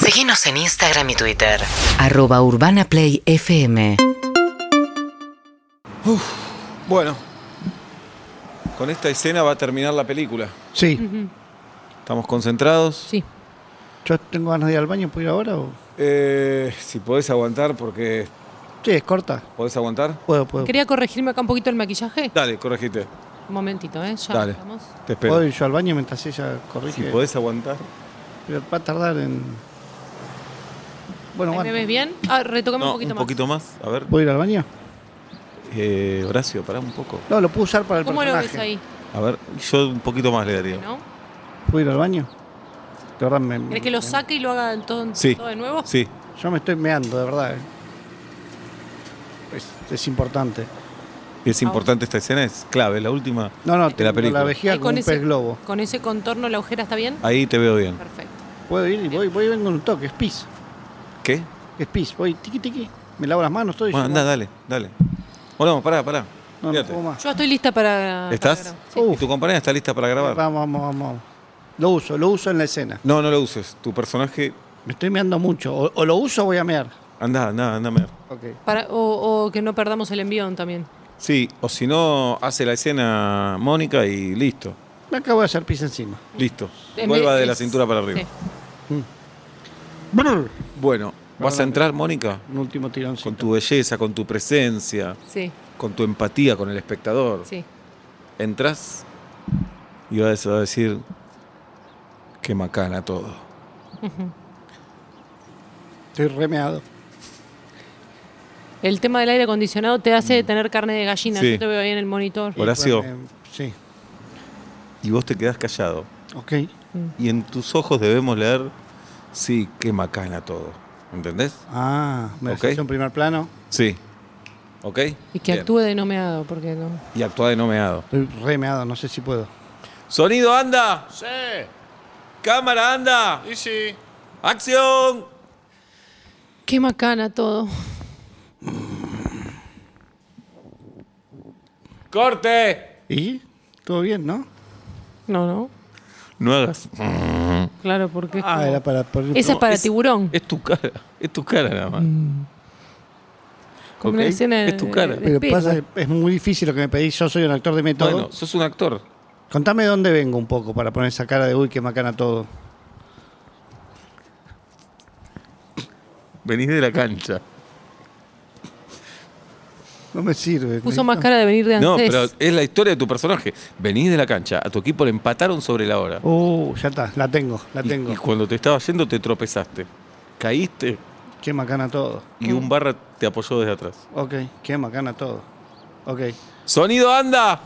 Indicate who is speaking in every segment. Speaker 1: Seguinos en Instagram y Twitter.
Speaker 2: arroba urbanaplayfm
Speaker 3: Bueno, con esta escena va a terminar la película.
Speaker 4: Sí.
Speaker 3: Estamos concentrados.
Speaker 5: Sí.
Speaker 4: Yo tengo ganas de ir al baño, ¿puedo ir ahora? O...
Speaker 3: Eh, si podés aguantar, porque.
Speaker 4: Sí, es corta.
Speaker 3: ¿Podés aguantar?
Speaker 4: Puedo, puedo.
Speaker 5: Quería corregirme acá un poquito el maquillaje.
Speaker 3: Dale, corregite.
Speaker 5: Un momentito, ¿eh? Ya
Speaker 3: Dale.
Speaker 5: estamos.
Speaker 3: Te espero.
Speaker 4: Puedo ir yo al baño mientras ella
Speaker 3: Si
Speaker 4: corrige.
Speaker 3: podés aguantar.
Speaker 4: Pero va a tardar en. Bueno,
Speaker 5: Ahí ¿Me
Speaker 4: bueno.
Speaker 5: ves bien? Ah, retocame
Speaker 3: No,
Speaker 5: un poquito
Speaker 3: un
Speaker 5: más.
Speaker 3: poquito más. A ver.
Speaker 4: ¿Puedo ir al baño?
Speaker 3: Eh, Horacio, pará un poco.
Speaker 4: No, lo puedo usar para el
Speaker 5: ¿Cómo lo
Speaker 4: personaje.
Speaker 5: ves ahí?
Speaker 3: A ver, yo un poquito más le daría.
Speaker 5: ¿No?
Speaker 4: ¿Puedo ir al baño? De verdad me.
Speaker 5: ¿Querés que lo saque y lo haga del todo,
Speaker 3: Sí.
Speaker 5: todo de nuevo?
Speaker 3: Sí.
Speaker 4: Yo me estoy meando, de verdad. eh. Es, es importante.
Speaker 3: Es importante esta escena, es clave, es la última.
Speaker 4: No, no,
Speaker 3: la
Speaker 4: tengo
Speaker 3: película.
Speaker 4: la vejiga
Speaker 5: Ahí
Speaker 4: como un pez globo.
Speaker 5: con ese contorno, la ojera está bien.
Speaker 3: Ahí te veo bien.
Speaker 5: Perfecto.
Speaker 4: Puedo ir y voy, voy y vengo en un toque, es pis.
Speaker 3: ¿Qué?
Speaker 4: Es pis, voy tiqui tiqui. Me lavo las manos, todo y
Speaker 3: Bueno,
Speaker 4: yo-
Speaker 3: anda, dale, dale. Bueno, no, pará, pará.
Speaker 4: No, no
Speaker 3: Fíjate.
Speaker 4: puedo más.
Speaker 5: Yo estoy lista para.
Speaker 3: ¿Estás?
Speaker 5: para grabar.
Speaker 3: ¿Y tu compañera está lista para
Speaker 4: Vamos,
Speaker 3: grabar?
Speaker 4: vamos, vamos. Lo uso, lo uso en la escena.
Speaker 3: No, no lo uses. Tu personaje.
Speaker 4: Me estoy meando mucho. O, o lo uso o voy a mear.
Speaker 3: Anda, anda, anda, mer.
Speaker 4: Ok.
Speaker 5: Para- o, o que no perdamos el envión también.
Speaker 3: Sí, o si no, hace la escena Mónica y listo.
Speaker 4: Me acabo de hacer pis encima.
Speaker 3: Listo.
Speaker 5: En
Speaker 3: Vuelva
Speaker 5: vez-
Speaker 3: de la
Speaker 5: es-
Speaker 3: cintura para arriba.
Speaker 5: sí.
Speaker 4: Brr.
Speaker 3: Bueno, ¿vas a entrar, Mónica?
Speaker 4: Un último
Speaker 3: Con
Speaker 4: tironcito.
Speaker 3: tu belleza, con tu presencia,
Speaker 5: Sí,
Speaker 3: con tu empatía con el espectador.
Speaker 5: sí.
Speaker 3: Entrás y vas a decir. Qué macana todo.
Speaker 4: Estoy remeado.
Speaker 5: El tema del aire acondicionado te hace tener carne de gallina.
Speaker 3: Mm. Sí.
Speaker 5: Yo te veo ahí en el monitor.
Speaker 3: Horacio.
Speaker 4: Eh, sí.
Speaker 3: Y vos te quedás callado.
Speaker 4: Ok.
Speaker 3: Y en tus ojos debemos leer. Sí, qué macana todo. ¿Entendés?
Speaker 4: Ah, me
Speaker 3: Ok.
Speaker 4: haces un primer plano.
Speaker 3: Sí. ¿Ok?
Speaker 5: Y que
Speaker 3: Bien.
Speaker 5: actúe de nomeado, porque no.
Speaker 3: Y actúa de nomeado.
Speaker 4: Estoy remeado, no sé si puedo.
Speaker 3: Sonido anda.
Speaker 6: Sí,
Speaker 3: Cámara anda.
Speaker 6: y sí.
Speaker 3: Acción.
Speaker 5: Qué macana todo.
Speaker 3: Corte.
Speaker 4: ¿Y? ¿Todo bien, no?
Speaker 5: No, no.
Speaker 3: No hagas.
Speaker 5: Claro, porque. es
Speaker 4: Ah,
Speaker 5: como-
Speaker 4: era para poner.
Speaker 5: Esa es para
Speaker 3: es-
Speaker 5: tiburón.
Speaker 3: Es tu cara. Es tu cara nada más. Ok,
Speaker 5: Como una escena
Speaker 3: Es tu cara.
Speaker 5: de-
Speaker 4: Pero pasa, que es muy difícil lo que me pedís. Yo soy un actor de método.
Speaker 3: Bueno, sos un actor.
Speaker 4: Contame dónde vengo un poco para poner esa cara de uy, que macana todo.
Speaker 3: Venís de la cancha.
Speaker 4: No me sirve.
Speaker 5: Puso más cara de venir de
Speaker 3: No,
Speaker 5: antes.
Speaker 3: pero es la historia de tu personaje. Venís de la cancha. A tu equipo le empataron sobre la hora.
Speaker 4: Uh, ya está, la tengo, la
Speaker 3: Y-
Speaker 4: tengo.
Speaker 3: Y, cuando te estaba yendo te tropezaste. Caíste
Speaker 4: Qué macana todo.
Speaker 3: y un barra te apoyó desde atrás.
Speaker 4: Ok, qué macana todo. Ok.
Speaker 3: Sonido anda.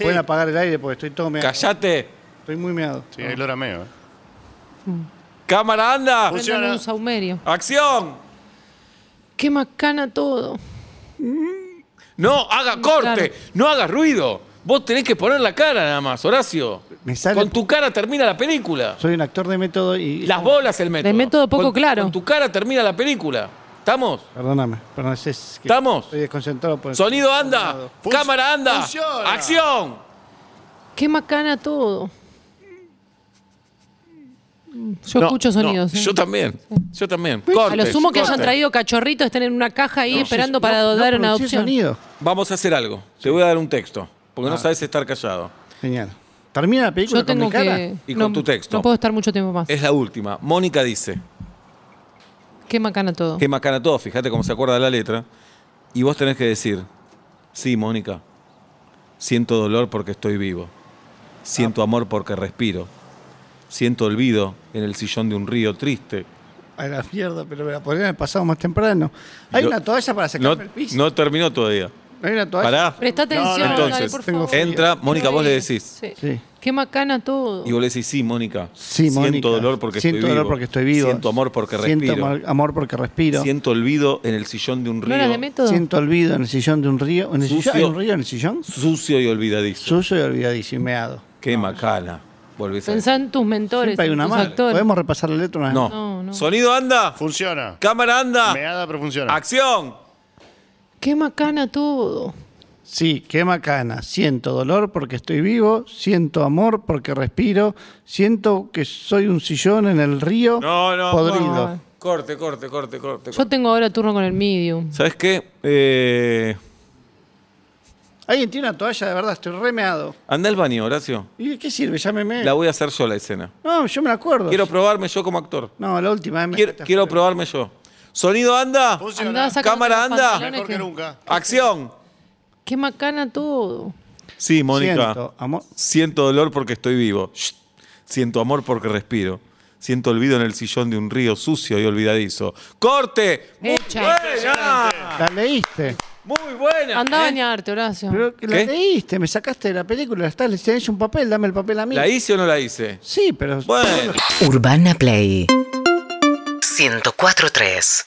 Speaker 4: Pueden apagar el aire porque estoy todo meado.
Speaker 3: Callate.
Speaker 4: Estoy muy meado.
Speaker 6: Sí, el orameo. ¿eh?
Speaker 3: Cámara anda.
Speaker 5: Prendan
Speaker 6: funciona.
Speaker 5: un saumerio.
Speaker 3: Acción.
Speaker 5: Qué macana todo.
Speaker 3: No, haga corte,
Speaker 5: Claro.
Speaker 3: no haga ruido. Vos tenés que poner la cara nada más, Horacio.
Speaker 4: Me sale-
Speaker 3: Con tu cara termina la película.
Speaker 4: Soy un actor de método y.
Speaker 3: Las bolas el método.
Speaker 5: El método poco
Speaker 3: Con-
Speaker 5: claro.
Speaker 3: Con tu cara termina la película. ¿Estamos?
Speaker 4: Perdóname, perdóname. Es que
Speaker 3: ¿Estamos?
Speaker 4: Estoy desconcentrado por el-
Speaker 3: Sonido anda,
Speaker 6: Fun-
Speaker 3: cámara anda,
Speaker 6: funciona.
Speaker 3: acción.
Speaker 5: Qué macana todo. Yo
Speaker 3: No,
Speaker 5: escucho
Speaker 3: no,
Speaker 5: sonidos. ¿eh?
Speaker 3: Yo también, yo también.
Speaker 5: A lo
Speaker 3: Corte,
Speaker 5: sumo que hayan
Speaker 3: corte.
Speaker 5: traído cachorritos, estén en una caja ahí esperando
Speaker 4: No,
Speaker 5: para
Speaker 4: no
Speaker 5: dar una
Speaker 4: producir
Speaker 5: adopción.
Speaker 4: sonido.
Speaker 3: Vamos a hacer algo. Te voy a dar un texto, porque
Speaker 4: Ah.
Speaker 3: no sabes estar callado.
Speaker 4: Genial. ¿Termina la película
Speaker 5: Yo tengo
Speaker 4: con mi cara?
Speaker 5: que.
Speaker 3: Y con tu texto.
Speaker 5: No puedo estar mucho tiempo más.
Speaker 3: Es la última. Mónica dice,
Speaker 5: Qué macana todo.
Speaker 3: qué macana todo, fíjate cómo se acuerda la letra. Y vos tenés que decir, sí, Mónica, siento dolor porque estoy vivo. Siento amor porque respiro. Siento olvido en el sillón de un río triste.
Speaker 4: A la mierda, pero me la podrían haber pasado más temprano. Hay
Speaker 3: Yo-
Speaker 4: una toalla para
Speaker 3: No,
Speaker 4: sacarme el piso.
Speaker 3: no terminó todavía.
Speaker 4: Hay una toalla.
Speaker 3: Pará.
Speaker 5: Presta
Speaker 4: no,
Speaker 5: atención, dale,
Speaker 3: entonces,
Speaker 5: por
Speaker 4: tengo
Speaker 5: favor.
Speaker 4: frío.
Speaker 3: Entra, Mónica, vos le decís.
Speaker 5: Sí.
Speaker 4: Sí.
Speaker 5: Qué macana todo.
Speaker 3: Y vos le decís, sí, Mónica.
Speaker 4: Sí, Mónica.
Speaker 3: Siento dolor porque
Speaker 4: Siento
Speaker 3: estoy
Speaker 4: dolor
Speaker 3: vivo.
Speaker 4: porque estoy vivo.
Speaker 3: Siento amor porque
Speaker 4: Siento
Speaker 3: respiro.
Speaker 4: amor- amor porque respiro. Siento,
Speaker 3: Siento olvido en el sillón de un
Speaker 5: ¿No era de
Speaker 3: río.
Speaker 5: método?
Speaker 4: olvido en el sillón de un río. ¿En el
Speaker 3: Sucio.
Speaker 4: sillón? ¿Hay un río en el sillón?
Speaker 3: Sucio y olvidadizo.
Speaker 4: Sucio y olvidadísimo, y meado.
Speaker 3: Qué macana. Volvés a
Speaker 5: Pensá en tus mentores,
Speaker 4: Siempre hay
Speaker 5: en
Speaker 4: una
Speaker 5: tus
Speaker 4: más.
Speaker 5: actores.
Speaker 4: Podemos repasar la letra una vez
Speaker 3: No.
Speaker 4: más?
Speaker 5: No, no.
Speaker 3: Sonido anda.
Speaker 6: Funciona.
Speaker 3: Cámara anda.
Speaker 6: Meada, pero funciona.
Speaker 3: Acción.
Speaker 5: Qué macana todo.
Speaker 4: Sí, qué macana. Siento dolor porque estoy vivo, siento amor porque respiro, siento que soy un sillón en el río
Speaker 6: No, no,
Speaker 4: podrido.
Speaker 5: no.
Speaker 6: Corte, corte, corte, corte.
Speaker 5: Yo tengo ahora turno con el medium.
Speaker 3: ¿Sabes qué? Eh,
Speaker 4: ¿Alguien tiene una toalla? De verdad, estoy remeado.
Speaker 3: anda al baño, Horacio.
Speaker 4: ¿Y de qué sirve? Llámeme.
Speaker 3: La voy a hacer yo la escena.
Speaker 4: No, yo me la acuerdo.
Speaker 3: Quiero probarme yo como actor.
Speaker 4: No, la última vez me
Speaker 3: Quiero, quiero probarme yo. ¿Sonido anda?
Speaker 6: Funciona.
Speaker 5: Andá, sacándote
Speaker 3: Cámara,
Speaker 5: los
Speaker 3: anda.
Speaker 5: pantalones
Speaker 6: Mejor que nunca.
Speaker 3: ¡Acción!
Speaker 5: Qué macana todo.
Speaker 6: Uh,
Speaker 3: Sí, Mónica.
Speaker 4: Siento amor.
Speaker 3: Siento dolor porque estoy vivo. Shh. Siento amor porque respiro. Siento olvido en el sillón de un río sucio y olvidadizo. ¡Corte! ¡Muy
Speaker 5: Hecha.
Speaker 3: buena!
Speaker 4: La leíste.
Speaker 3: ¡Muy buena!
Speaker 5: Anda a
Speaker 3: ¿Eh?
Speaker 5: bañarte, Horacio.
Speaker 4: Pero que la
Speaker 3: ¿Qué?
Speaker 4: leíste, me sacaste de la película, la estás leyendo un papel, dame el papel a mí.
Speaker 3: ¿La hice o no la hice?
Speaker 4: Sí, pero
Speaker 3: Bueno.
Speaker 2: Urbana Play
Speaker 1: 104.3